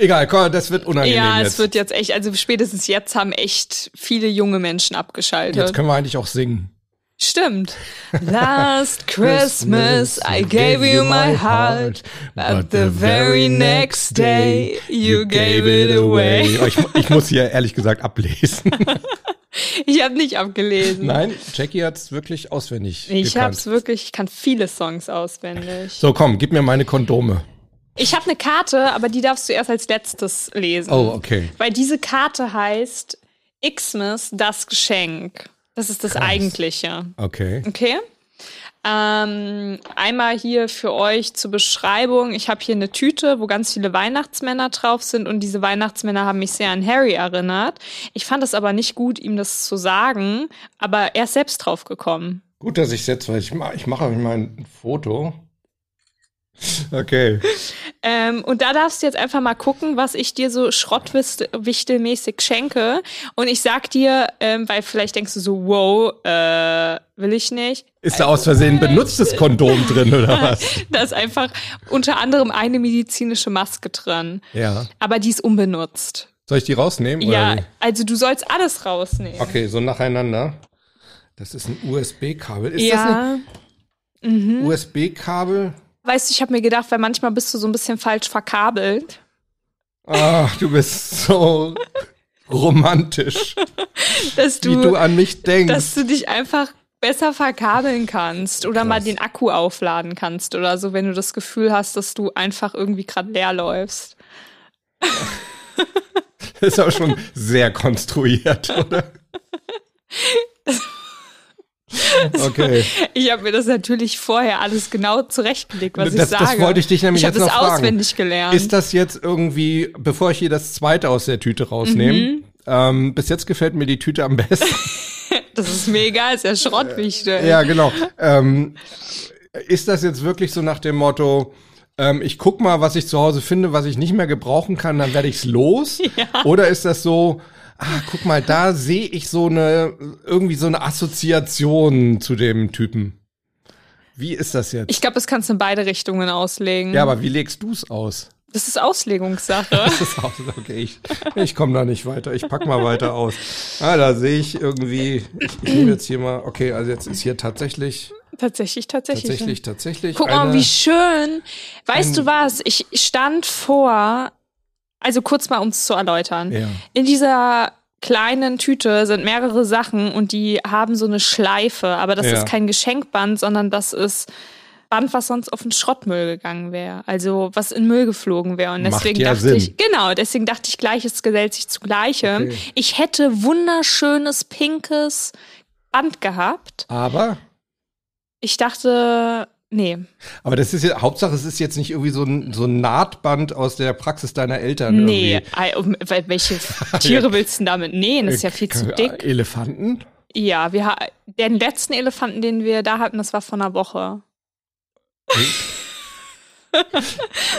Speaker 3: Egal, komm, das wird unangenehm
Speaker 2: ja,
Speaker 3: jetzt.
Speaker 2: es wird jetzt echt, also spätestens jetzt haben echt viele junge Menschen abgeschaltet.
Speaker 3: jetzt können wir eigentlich auch singen.
Speaker 2: Stimmt. Last Christmas I gave you my heart, but the very next day you gave it away.
Speaker 3: Oh, Ich, ich muss hier ehrlich gesagt ablesen.
Speaker 2: Ich habe nicht abgelesen.
Speaker 3: Nein, Jackie hat's wirklich auswendig
Speaker 2: Ich
Speaker 3: gekannt.
Speaker 2: hab's wirklich, ich kann viele Songs auswendig.
Speaker 3: So, komm, gib mir meine Kondome.
Speaker 2: Ich habe eine Karte, aber die darfst du erst als letztes lesen.
Speaker 3: Oh, okay.
Speaker 2: Weil diese Karte heißt Xmas das Geschenk. Das ist das Eigentliche.
Speaker 3: Okay.
Speaker 2: Okay. Ähm, einmal hier für euch zur Beschreibung. Ich habe hier eine Tüte, wo ganz viele Weihnachtsmänner drauf sind und diese Weihnachtsmänner haben mich sehr an Harry erinnert. Ich fand es aber nicht gut, ihm das zu sagen, aber er ist selbst drauf gekommen.
Speaker 3: Gut, dass ich jetzt, weil ich, ma- ich mache mal ein Foto. Okay.
Speaker 2: Ähm, und da darfst du jetzt einfach mal gucken, was ich dir so schrottwichtelmäßig schenke. Und ich sag dir, ähm, weil vielleicht denkst du so, wow, äh, will ich nicht.
Speaker 3: Ist da aus Versehen ein benutztes Kondom drin oder was?
Speaker 2: Da ist einfach unter anderem eine medizinische Maske drin.
Speaker 3: Ja.
Speaker 2: Aber die ist unbenutzt.
Speaker 3: Soll ich die rausnehmen?
Speaker 2: Ja,
Speaker 3: Oder wie?
Speaker 2: also du sollst alles rausnehmen.
Speaker 3: Okay, so nacheinander. Das ist ein USB-Kabel. Ist
Speaker 2: ja,
Speaker 3: das ein USB-Kabel?
Speaker 2: weißt du, ich habe mir gedacht, weil manchmal bist du so ein bisschen falsch verkabelt.
Speaker 3: Ach, du bist so romantisch,
Speaker 2: Dass
Speaker 3: wie
Speaker 2: du,
Speaker 3: du an mich denkst.
Speaker 2: dass du dich einfach besser verkabeln kannst oder mal den Akku aufladen kannst oder so, wenn du das Gefühl hast, dass du einfach irgendwie gerade leer läufst.
Speaker 3: Das ist auch schon sehr konstruiert, oder? Okay.
Speaker 2: Ich habe mir das natürlich vorher alles genau zurechtgelegt, was
Speaker 3: Das-
Speaker 2: ich
Speaker 3: das
Speaker 2: sage.
Speaker 3: wollte ich dich nämlich
Speaker 2: ich hab
Speaker 3: jetzt
Speaker 2: das
Speaker 3: noch fragen.
Speaker 2: auswendig gelernt.
Speaker 3: Ist das jetzt irgendwie, bevor ich hier das zweite aus der Tüte rausnehme,
Speaker 2: Mhm.
Speaker 3: ähm, bis jetzt gefällt mir die Tüte am besten.
Speaker 2: das ist mir egal, ist ja Schrottwichtel.
Speaker 3: ja, genau. Ähm, ist das jetzt wirklich so nach dem Motto, ähm, ich guck mal, was ich zu Hause finde, was ich nicht mehr gebrauchen kann, dann werde ich's los? Oder ist das so, ah, guck mal, da sehe ich so eine, irgendwie so eine Assoziation zu dem Typen. Wie ist das jetzt?
Speaker 2: Ich glaube, das kannst du in beide Richtungen auslegen.
Speaker 3: ja, aber wie legst du's aus?
Speaker 2: das ist Auslegungssache.
Speaker 3: Das ist auch okay. Ich, ich komme da nicht weiter. Ich pack mal weiter aus. Ah, da sehe ich irgendwie. Ich, ich nehme jetzt hier mal. Okay, also jetzt ist hier tatsächlich,
Speaker 2: tatsächlich, tatsächlich.
Speaker 3: tatsächlich, tatsächlich.
Speaker 2: Guck mal, wie schön. Weißt du was? Ich stand vor, also kurz mal, um es zu erläutern.
Speaker 3: Ja.
Speaker 2: In dieser kleinen Tüte sind mehrere Sachen und die haben so eine Schleife, aber das
Speaker 3: Ja.
Speaker 2: ist kein Geschenkband, sondern das ist Band, was sonst auf den Schrottmüll gegangen wäre. Also was in Müll geflogen wäre. Und
Speaker 3: Macht
Speaker 2: deswegen
Speaker 3: ja
Speaker 2: dachte
Speaker 3: Sinn.
Speaker 2: ich, genau, deswegen dachte ich, gleiches gesellt sich zu gleichem.
Speaker 3: Okay.
Speaker 2: Ich hätte wunderschönes, pinkes Band gehabt.
Speaker 3: aber,
Speaker 2: Ich dachte, nee.
Speaker 3: aber das ist ja, Hauptsache, es ist jetzt nicht irgendwie so ein, so ein Nahtband aus der Praxis deiner Eltern.
Speaker 2: Nee,
Speaker 3: Irgendwie. Äh,
Speaker 2: ei, um, wel- welche Tiere willst du denn damit nähen? Das ist ja viel zu dick.
Speaker 3: Elefanten?
Speaker 2: Ja, wir ha- den letzten Elefanten, den wir da hatten, das war vor einer Woche.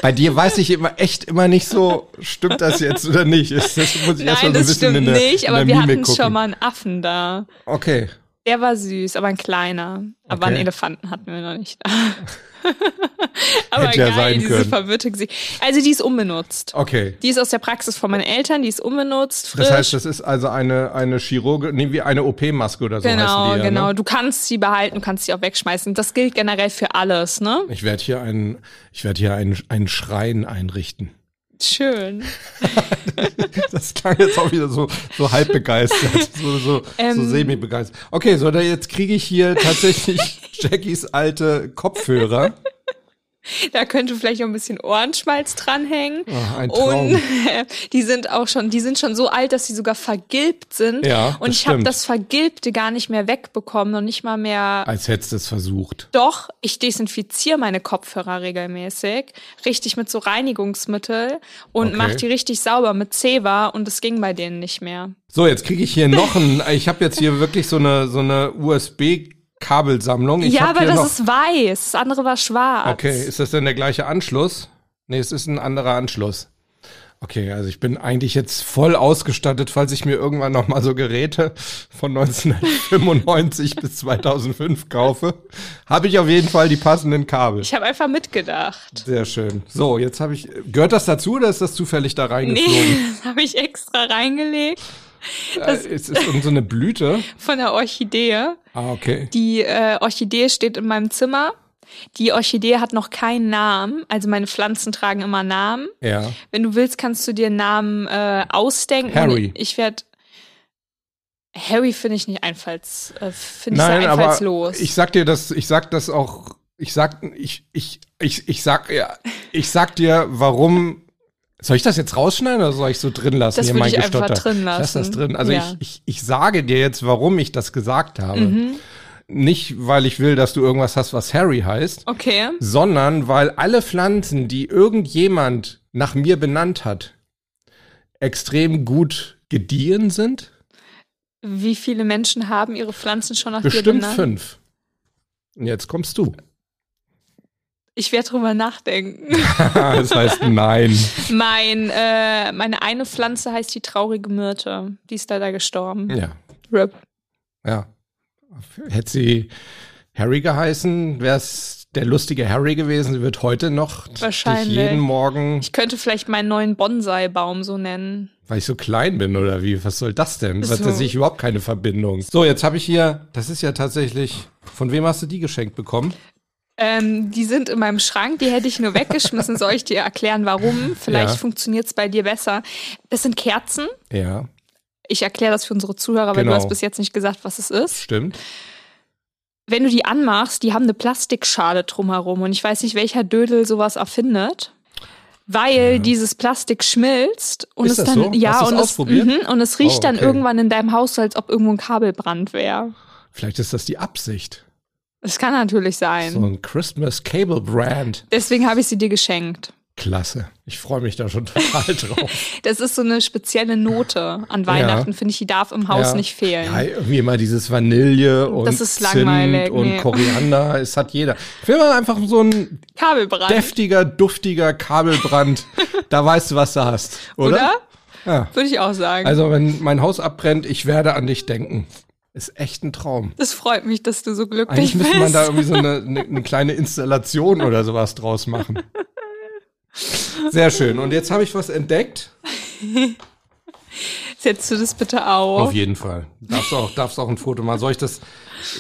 Speaker 3: Bei dir weiß ich immer echt immer nicht so, stimmt das jetzt oder nicht? Ist, das muss ich erst mal
Speaker 2: Nein,
Speaker 3: so ein
Speaker 2: das
Speaker 3: bisschen
Speaker 2: stimmt
Speaker 3: in der,
Speaker 2: nicht,
Speaker 3: in
Speaker 2: aber
Speaker 3: der
Speaker 2: wir
Speaker 3: Mimik
Speaker 2: hatten
Speaker 3: gucken.
Speaker 2: schon mal einen Affen da.
Speaker 3: Okay.
Speaker 2: Der war süß, aber ein kleiner. Aber
Speaker 3: Okay.
Speaker 2: einen Elefanten hatten wir noch nicht. aber
Speaker 3: Hätte ja
Speaker 2: geil,
Speaker 3: sein
Speaker 2: dieses
Speaker 3: können.
Speaker 2: verwirrte Gesicht. Also die ist unbenutzt.
Speaker 3: Okay.
Speaker 2: Die ist aus der Praxis von meinen Eltern, die ist unbenutzt, frisch.
Speaker 3: Das heißt, das ist also eine, eine Chirurge, nee, wie eine OP-Maske oder so
Speaker 2: genau,
Speaker 3: heißen die ja,
Speaker 2: genau.
Speaker 3: Ne?
Speaker 2: Du kannst sie behalten, du kannst sie auch wegschmeißen. Das gilt generell für alles, ne?
Speaker 3: Ich werde hier einen, ich werde hier einen, einen Schrein einrichten.
Speaker 2: Schön.
Speaker 3: Das klang jetzt auch wieder so, so halb begeistert, so, so, so
Speaker 2: Ähm.
Speaker 3: semi begeistert. Okay, so, da jetzt kriege ich hier tatsächlich Jackies alte Kopfhörer.
Speaker 2: Da könnte vielleicht auch ein bisschen Ohrenschmalz dranhängen.
Speaker 3: Ah, ein Traum.
Speaker 2: Und äh, die sind auch schon, die sind schon so alt, dass sie sogar vergilbt sind.
Speaker 3: Ja,
Speaker 2: und
Speaker 3: das
Speaker 2: ich habe
Speaker 3: stimmt.
Speaker 2: das Vergilbte gar nicht mehr wegbekommen und nicht mal mehr.
Speaker 3: Als hättest du es versucht.
Speaker 2: Doch, ich desinfiziere meine Kopfhörer regelmäßig, richtig mit so Reinigungsmittel und
Speaker 3: Okay.
Speaker 2: mache die richtig sauber mit Zewa und das ging bei denen nicht mehr.
Speaker 3: So, jetzt kriege ich hier noch ein, ich habe jetzt hier wirklich so eine, so eine USB-Kabelsammlung. Ich
Speaker 2: ja,
Speaker 3: hab
Speaker 2: aber
Speaker 3: hier
Speaker 2: das
Speaker 3: noch,
Speaker 2: ist weiß, das andere war schwarz.
Speaker 3: Okay, ist das denn der gleiche Anschluss? Nee, es ist ein anderer Anschluss. Okay, also ich bin eigentlich jetzt voll ausgestattet, falls ich mir irgendwann noch mal so Geräte von 1995 bis 2005 kaufe, habe ich auf jeden Fall die passenden Kabel.
Speaker 2: Ich habe einfach mitgedacht.
Speaker 3: Sehr schön. So, jetzt habe ich gehört das dazu oder ist das zufällig da reingeflogen?
Speaker 2: Nee, das habe ich extra reingelegt
Speaker 3: äh, es ist irgend so eine Blüte.
Speaker 2: von der Orchidee.
Speaker 3: Ah, okay.
Speaker 2: Die äh, Orchidee steht in meinem Zimmer. Die Orchidee hat noch keinen Namen. Also meine Pflanzen tragen immer Namen.
Speaker 3: Ja.
Speaker 2: Wenn du willst, kannst du dir einen Namen äh, ausdenken.
Speaker 3: Harry.
Speaker 2: Und Ich werde Harry finde ich nicht einfalls äh, finde ich
Speaker 3: Nein,
Speaker 2: sehr
Speaker 3: aber
Speaker 2: einfallslos.
Speaker 3: ich sag dir das, ich sag das auch, ich sag, ich, ich, ich, ich sag, ja, ich sag dir, warum Soll ich das jetzt rausschneiden oder soll ich so drin lassen?
Speaker 2: Das
Speaker 3: Hier
Speaker 2: würde
Speaker 3: mein
Speaker 2: ich einfach
Speaker 3: Gestotter.
Speaker 2: drin
Speaker 3: Ich Lass das
Speaker 2: lassen.
Speaker 3: drin. Also
Speaker 2: Ja. Mhm.
Speaker 3: ich, ich, ich sage dir jetzt, warum ich das gesagt habe. Nicht, weil ich will, dass du irgendwas hast, was Harry heißt,
Speaker 2: Okay.
Speaker 3: sondern weil alle Pflanzen, die irgendjemand nach mir benannt hat, extrem gut gediehen sind.
Speaker 2: Wie viele Menschen haben ihre Pflanzen schon nach dir
Speaker 3: Bestimmt
Speaker 2: benannt?
Speaker 3: fünf. Und jetzt kommst du.
Speaker 2: Ich werde drüber nachdenken.
Speaker 3: das heißt nein.
Speaker 2: mein, äh, meine eine Pflanze heißt die traurige Myrte. Die ist leider gestorben.
Speaker 3: Ja,
Speaker 2: Rip.
Speaker 3: ja. Hätte sie Harry geheißen, wäre es der lustige Harry gewesen. Sie wird heute noch
Speaker 2: Wahrscheinlich.
Speaker 3: dich jeden Morgen,
Speaker 2: Ich könnte vielleicht meinen neuen Bonsai-Baum so nennen.
Speaker 3: weil ich so klein bin oder wie, was soll das denn? Was
Speaker 2: So.
Speaker 3: da sehe ich überhaupt keine Verbindung. So, jetzt habe ich hier, das ist ja tatsächlich, von wem hast du die geschenkt bekommen?
Speaker 2: Ähm, die sind in meinem Schrank, die hätte ich nur weggeschmissen. Soll ich dir erklären, warum? Vielleicht
Speaker 3: Ja.
Speaker 2: funktioniert es bei dir besser. Das sind Kerzen.
Speaker 3: Ja,
Speaker 2: Ich erkläre das für unsere Zuhörer, weil du
Speaker 3: Genau.
Speaker 2: hast bis jetzt nicht gesagt, was es ist.
Speaker 3: stimmt.
Speaker 2: Wenn du die anmachst, die haben eine Plastikschale drumherum und ich weiß nicht, welcher Dödel sowas erfindet, weil dieses Plastik schmilzt und
Speaker 3: Ist
Speaker 2: es
Speaker 3: das
Speaker 2: dann
Speaker 3: so?
Speaker 2: ja
Speaker 3: Hast du's
Speaker 2: und es,
Speaker 3: ausprobiert?
Speaker 2: mhm, und es riecht
Speaker 3: Oh,
Speaker 2: dann
Speaker 3: okay.
Speaker 2: irgendwann in deinem Haus, so als ob irgendwo ein Kabelbrand wäre.
Speaker 3: Vielleicht ist das die Absicht.
Speaker 2: Das kann natürlich sein.
Speaker 3: So ein Christmas Cable Brand.
Speaker 2: Deswegen habe ich sie dir geschenkt.
Speaker 3: Klasse. Ich freue mich da schon total drauf.
Speaker 2: Das ist so eine spezielle Note an Weihnachten, finde ich, die darf im Haus
Speaker 3: Ja.
Speaker 2: nicht fehlen.
Speaker 3: Ja, irgendwie immer dieses Vanille und
Speaker 2: Das ist
Speaker 3: Zimt
Speaker 2: langweilig,
Speaker 3: und
Speaker 2: nee.
Speaker 3: Koriander. Es hat jeder. Ich will mal einfach so ein
Speaker 2: Kabelbrand,
Speaker 3: deftiger, duftiger Kabelbrand. da weißt du, was du hast, oder?
Speaker 2: oder?
Speaker 3: Ja.
Speaker 2: Würde ich auch sagen.
Speaker 3: Also, wenn mein Haus abbrennt, ich werde an dich denken. Ist echt ein Traum.
Speaker 2: das freut mich, dass du so glücklich
Speaker 3: Eigentlich müsste man
Speaker 2: bist.
Speaker 3: da irgendwie so eine, eine, eine kleine Installation oder sowas draus machen. Sehr schön. Und jetzt habe ich was entdeckt.
Speaker 2: Setzt du das bitte auf?
Speaker 3: Auf jeden Fall. Darfst du auch, darfst auch ein Foto machen. Soll ich das,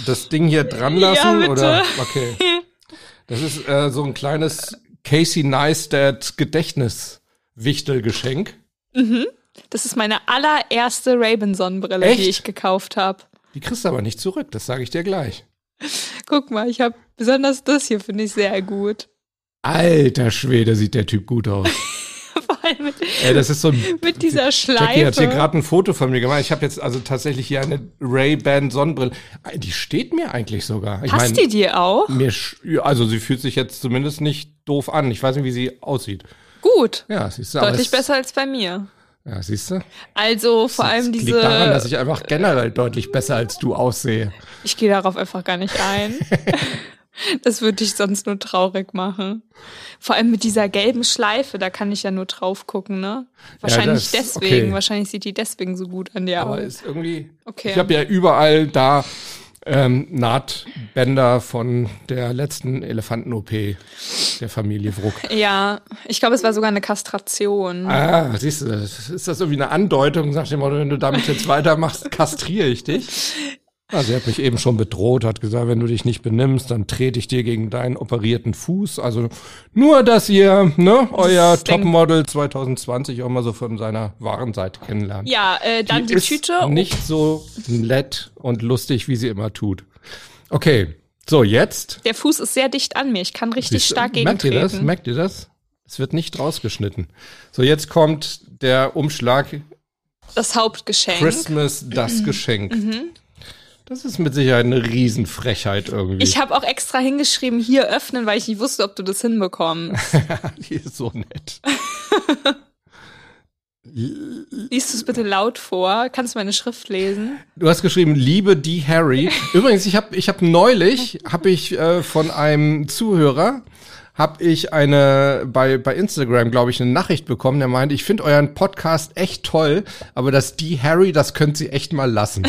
Speaker 3: das Ding hier dran lassen?
Speaker 2: Ja, bitte.
Speaker 3: Oder? Okay. Das ist äh, so ein kleines Casey Neistat Gedächtniswichtelgeschenk.
Speaker 2: Das ist meine allererste Raven-Sonnenbrille,
Speaker 3: Echt?
Speaker 2: die ich gekauft habe.
Speaker 3: Die kriegst du aber nicht zurück, das sage ich dir gleich.
Speaker 2: Guck mal, ich habe besonders das hier finde ich sehr gut.
Speaker 3: Alter Schwede, sieht der Typ gut aus.
Speaker 2: Vor allem mit,
Speaker 3: Ey, das ist so ein.
Speaker 2: mit dieser
Speaker 3: Jackie hat hier
Speaker 2: Schleife.
Speaker 3: gerade ein Foto von mir gemacht. Ich habe jetzt also tatsächlich hier eine Ray-Ban Sonnenbrille. Äh, Die steht mir eigentlich sogar. Ich
Speaker 2: Passt
Speaker 3: mein,
Speaker 2: die dir auch?
Speaker 3: Mir, sch- also sie fühlt sich jetzt zumindest nicht doof an. Ich weiß nicht, wie sie aussieht.
Speaker 2: Gut.
Speaker 3: Ja, siehst du. aber
Speaker 2: Deutlich
Speaker 3: es-
Speaker 2: besser als bei mir.
Speaker 3: Ja, siehst du.
Speaker 2: Also vor allem
Speaker 3: liegt daran, dass
Speaker 2: diese.
Speaker 3: ich einfach generell deutlich besser als du aussehe.
Speaker 2: Ich gehe darauf einfach gar nicht ein. Das würde dich sonst nur traurig machen. Vor allem mit dieser gelben Schleife, da kann ich ja nur drauf gucken, ne? Wahrscheinlich
Speaker 3: das-
Speaker 2: deswegen.
Speaker 3: okay.
Speaker 2: Wahrscheinlich sieht die deswegen so gut an dir
Speaker 3: Aber
Speaker 2: aus.
Speaker 3: ist irgendwie.
Speaker 2: Oh. Okay.
Speaker 3: Ich habe ja überall da ähm, Nahtbänder von der letzten Elefanten-OP der Familie Bruck.
Speaker 2: Ja, ich glaube, es war sogar eine Kastration.
Speaker 3: Ah, siehst du, das- ist das irgendwie eine Andeutung, nach dem Motto, wenn du damit jetzt weitermachst, kastriere ich dich. Also sie hat mich eben schon bedroht, hat gesagt, wenn du dich nicht benimmst, dann trete ich dir gegen deinen operierten Fuß. Also nur, dass ihr ne, euer
Speaker 2: Das Ding-
Speaker 3: Topmodel 2020 auch mal so von seiner wahren Seite kennenlernt.
Speaker 2: Ja, äh, dann die,
Speaker 3: ist
Speaker 2: Tüte.
Speaker 3: nicht so nett und lustig, wie sie immer tut. Okay, so jetzt.
Speaker 2: Der Fuß ist sehr dicht an mir. Ich kann richtig
Speaker 3: Siehst du,
Speaker 2: stark
Speaker 3: äh, Merkt ihr
Speaker 2: gegentreten.
Speaker 3: das? Merkt ihr das? Es wird nicht rausgeschnitten. So, jetzt kommt der Umschlag
Speaker 2: das Hauptgeschenk.
Speaker 3: Christmas
Speaker 2: Mhm.
Speaker 3: das Geschenk. Das ist mit Sicherheit eine Riesenfrechheit irgendwie.
Speaker 2: Ich habe auch extra hingeschrieben, hier öffnen, weil ich nicht wusste, ob du das hinbekommst.
Speaker 3: Die ist so nett.
Speaker 2: Liest du es bitte laut vor? Kannst du meine Schrift lesen?
Speaker 3: Du hast geschrieben, liebe die Harry. Übrigens, ich habe ich hab neulich, habe ich äh, von einem Zuhörer, habe ich eine, bei, bei Instagram, glaube ich, eine Nachricht bekommen, der meinte, ich finde euren Podcast echt toll, aber das die Harry, das könnt sie echt mal lassen.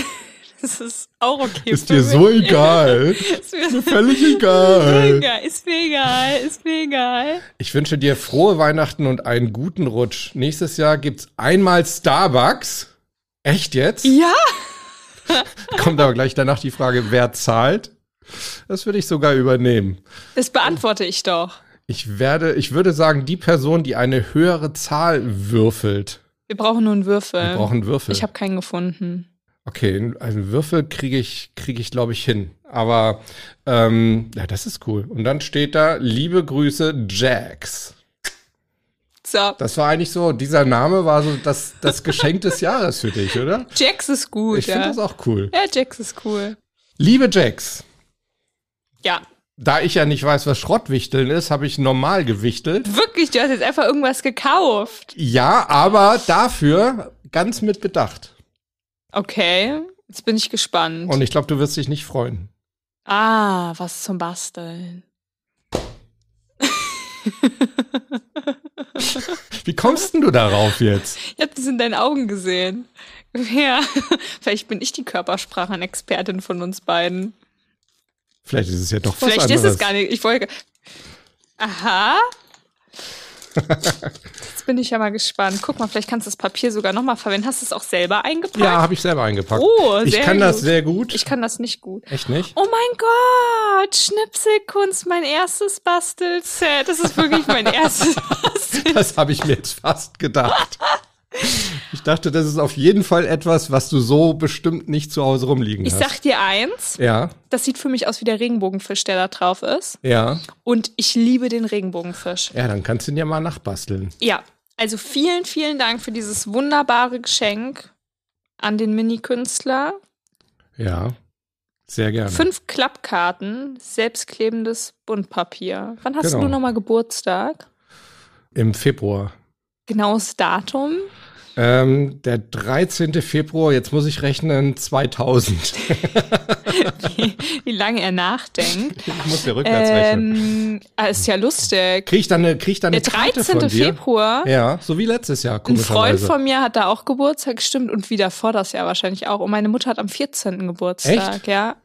Speaker 2: Das ist auch okay.
Speaker 3: Ist
Speaker 2: für
Speaker 3: dir
Speaker 2: mich.
Speaker 3: so egal.
Speaker 2: Ist mir,
Speaker 3: Völlig egal.
Speaker 2: egal, ist mir egal, ist mir egal.
Speaker 3: Ich wünsche dir frohe Weihnachten und einen guten Rutsch. Nächstes Jahr gibt's einmal Starbucks. Echt jetzt?
Speaker 2: Ja,
Speaker 3: Kommt aber gleich danach die Frage, wer zahlt? Das würde ich sogar übernehmen.
Speaker 2: das beantworte ich doch.
Speaker 3: Ich werde, ich würde sagen, die Person, die eine höhere Zahl würfelt,
Speaker 2: Wir brauchen nur einen Würfel.
Speaker 3: wir brauchen Würfel.
Speaker 2: Ähm, ich habe keinen gefunden.
Speaker 3: okay, einen Würfel kriege ich, kriege ich, glaube ich, hin. Aber ähm, ja, das ist cool. Und dann steht da, liebe Grüße, Jax.
Speaker 2: So,
Speaker 3: Das war eigentlich so, dieser Name war so das, das Geschenk des Jahres für dich, oder?
Speaker 2: Jax ist gut,
Speaker 3: Ich finde
Speaker 2: ja.
Speaker 3: das auch cool.
Speaker 2: ja, Jax ist cool.
Speaker 3: Liebe Jax,
Speaker 2: Ja,
Speaker 3: da ich ja nicht weiß, was Schrottwichteln ist, habe ich normal gewichtelt.
Speaker 2: wirklich, du hast jetzt einfach irgendwas gekauft.
Speaker 3: Ja, aber dafür ganz mit Bedacht.
Speaker 2: Okay, jetzt bin ich gespannt.
Speaker 3: Und ich glaube, du wirst dich nicht freuen.
Speaker 2: ah, was zum Basteln.
Speaker 3: Wie kommst denn du darauf jetzt?
Speaker 2: Ich habe das in deinen Augen gesehen. Ja, vielleicht bin ich die Körpersprachenexpertin von uns beiden.
Speaker 3: Vielleicht ist es ja doch was
Speaker 2: Vielleicht
Speaker 3: anderes.
Speaker 2: ist es gar nicht. Ich wollte. Aha. Jetzt bin ich ja mal gespannt. Guck mal, vielleicht kannst du das Papier sogar nochmal verwenden. Hast du es auch selber eingepackt?
Speaker 3: Ja, habe ich selber eingepackt.
Speaker 2: Oh,
Speaker 3: ich
Speaker 2: sehr
Speaker 3: kann das
Speaker 2: gut.
Speaker 3: sehr gut.
Speaker 2: Ich kann das nicht gut.
Speaker 3: Echt nicht?
Speaker 2: Oh mein Gott, Schnipselkunst, mein erstes Bastelset. Das ist wirklich mein erstes Bastelset.
Speaker 3: Das habe ich mir jetzt fast gedacht. Ich dachte, das ist auf jeden Fall etwas, was du so bestimmt nicht zu Hause rumliegen
Speaker 2: Ich
Speaker 3: hast.
Speaker 2: sag dir eins,
Speaker 3: ja,
Speaker 2: das sieht für mich aus wie der Regenbogenfisch, der da drauf ist.
Speaker 3: ja.
Speaker 2: Und ich liebe den Regenbogenfisch.
Speaker 3: Ja, dann kannst du ihn ja mal nachbasteln.
Speaker 2: Ja, also vielen, vielen Dank für dieses wunderbare Geschenk an den Mini-Künstler.
Speaker 3: Ja. Sehr gerne.
Speaker 2: Fünf Klappkarten, selbstklebendes Buntpapier. Wann hast
Speaker 3: Genau.
Speaker 2: du nochmal Geburtstag?
Speaker 3: Im Februar.
Speaker 2: Genaues Datum?
Speaker 3: Ähm, der 13. Februar, jetzt muss ich rechnen, 2000.
Speaker 2: Wie, wie lange er nachdenkt?
Speaker 3: Ich muss ja rückwärts rechnen.
Speaker 2: ähm, ah, ist ja lustig.
Speaker 3: Krieg ich dann eine, krieg ich dann
Speaker 2: Der
Speaker 3: eine Karte von
Speaker 2: 13.
Speaker 3: dir?
Speaker 2: Februar.
Speaker 3: Ja, so wie letztes Jahr,
Speaker 2: Ein Freund
Speaker 3: komischerweise.
Speaker 2: von mir hat da auch Geburtstag, stimmt, und wieder vor das Jahr wahrscheinlich auch. Und meine Mutter hat am 14. Geburtstag,
Speaker 3: Echt?
Speaker 2: ja.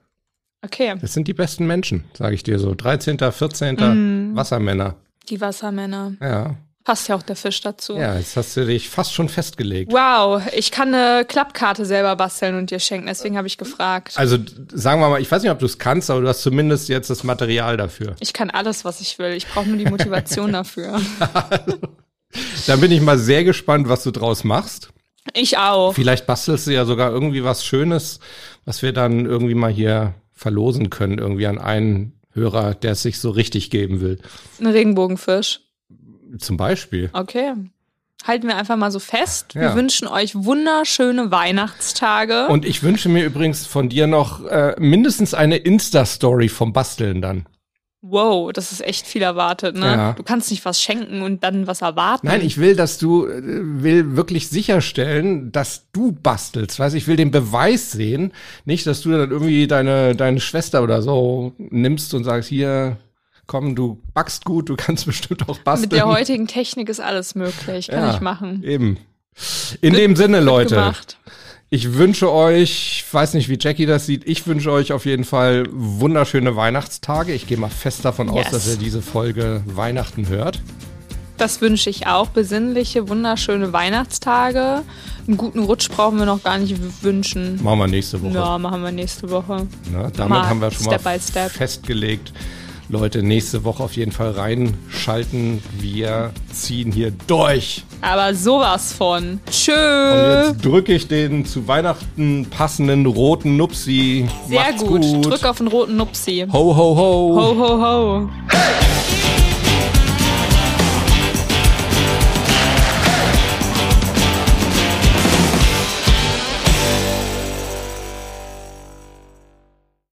Speaker 2: Okay,
Speaker 3: das sind die besten Menschen, sage ich dir so. 13., 14.
Speaker 2: Mm.
Speaker 3: Wassermänner.
Speaker 2: die Wassermänner.
Speaker 3: Ja.
Speaker 2: Passt ja auch der Fisch dazu.
Speaker 3: ja, jetzt hast du dich fast schon festgelegt.
Speaker 2: Wow, ich kann eine Klappkarte selber basteln und dir schenken, deswegen habe ich gefragt.
Speaker 3: Also d- sagen wir mal, ich weiß nicht, ob du es kannst, aber du hast zumindest jetzt das Material dafür.
Speaker 2: Ich kann alles, was ich will. Ich brauche nur die Motivation dafür.
Speaker 3: Dann bin ich mal sehr gespannt, was du draus machst.
Speaker 2: Ich auch.
Speaker 3: Vielleicht bastelst du ja sogar irgendwie was Schönes, was wir dann irgendwie mal hier verlosen können, irgendwie an einen Hörer, der es sich so richtig geben will.
Speaker 2: Ein Regenbogenfisch.
Speaker 3: Zum Beispiel.
Speaker 2: Okay. Halten wir einfach mal so fest. Wir
Speaker 3: Ja.
Speaker 2: wünschen euch wunderschöne Weihnachtstage.
Speaker 3: Und ich wünsche mir übrigens von dir noch äh, mindestens eine Insta-Story vom Basteln dann.
Speaker 2: wow, das ist echt viel erwartet, ne?
Speaker 3: Ja.
Speaker 2: Du kannst nicht was schenken und dann was erwarten.
Speaker 3: Nein, ich will, dass du, äh, will wirklich sicherstellen, dass du bastelst. Weißt, du, ich will den Beweis sehen, nicht, dass du dann irgendwie deine, deine Schwester oder so nimmst und sagst, hier, komm, du backst gut, du kannst bestimmt auch basteln.
Speaker 2: Mit der heutigen Technik ist alles möglich. Kann
Speaker 3: Ja,
Speaker 2: ich machen.
Speaker 3: Eben. In dem Sinne, Leute,
Speaker 2: Gemacht.
Speaker 3: ich wünsche euch, ich weiß nicht, wie Jackie das sieht, ich wünsche euch auf jeden Fall wunderschöne Weihnachtstage. Ich gehe mal fest davon aus,
Speaker 2: Yes.
Speaker 3: dass ihr diese Folge Weihnachten hört.
Speaker 2: Das wünsche ich auch. Besinnliche, wunderschöne Weihnachtstage. Einen guten Rutsch brauchen wir noch gar nicht w- wünschen.
Speaker 3: Machen wir nächste Woche.
Speaker 2: Ja, machen wir nächste Woche.
Speaker 3: Ne? Damit
Speaker 2: Mal
Speaker 3: haben wir schon
Speaker 2: Step
Speaker 3: mal
Speaker 2: by Step.
Speaker 3: festgelegt. Leute, nächste Woche auf jeden Fall reinschalten. Wir ziehen hier durch.
Speaker 2: Aber sowas von.
Speaker 3: Und
Speaker 2: Tschö.
Speaker 3: jetzt drücke ich den zu Weihnachten passenden roten Nupsi.
Speaker 2: Sehr
Speaker 3: Macht's
Speaker 2: gut. Drück auf den roten Nupsi.
Speaker 3: Ho, ho, ho.
Speaker 2: Ho, ho, ho.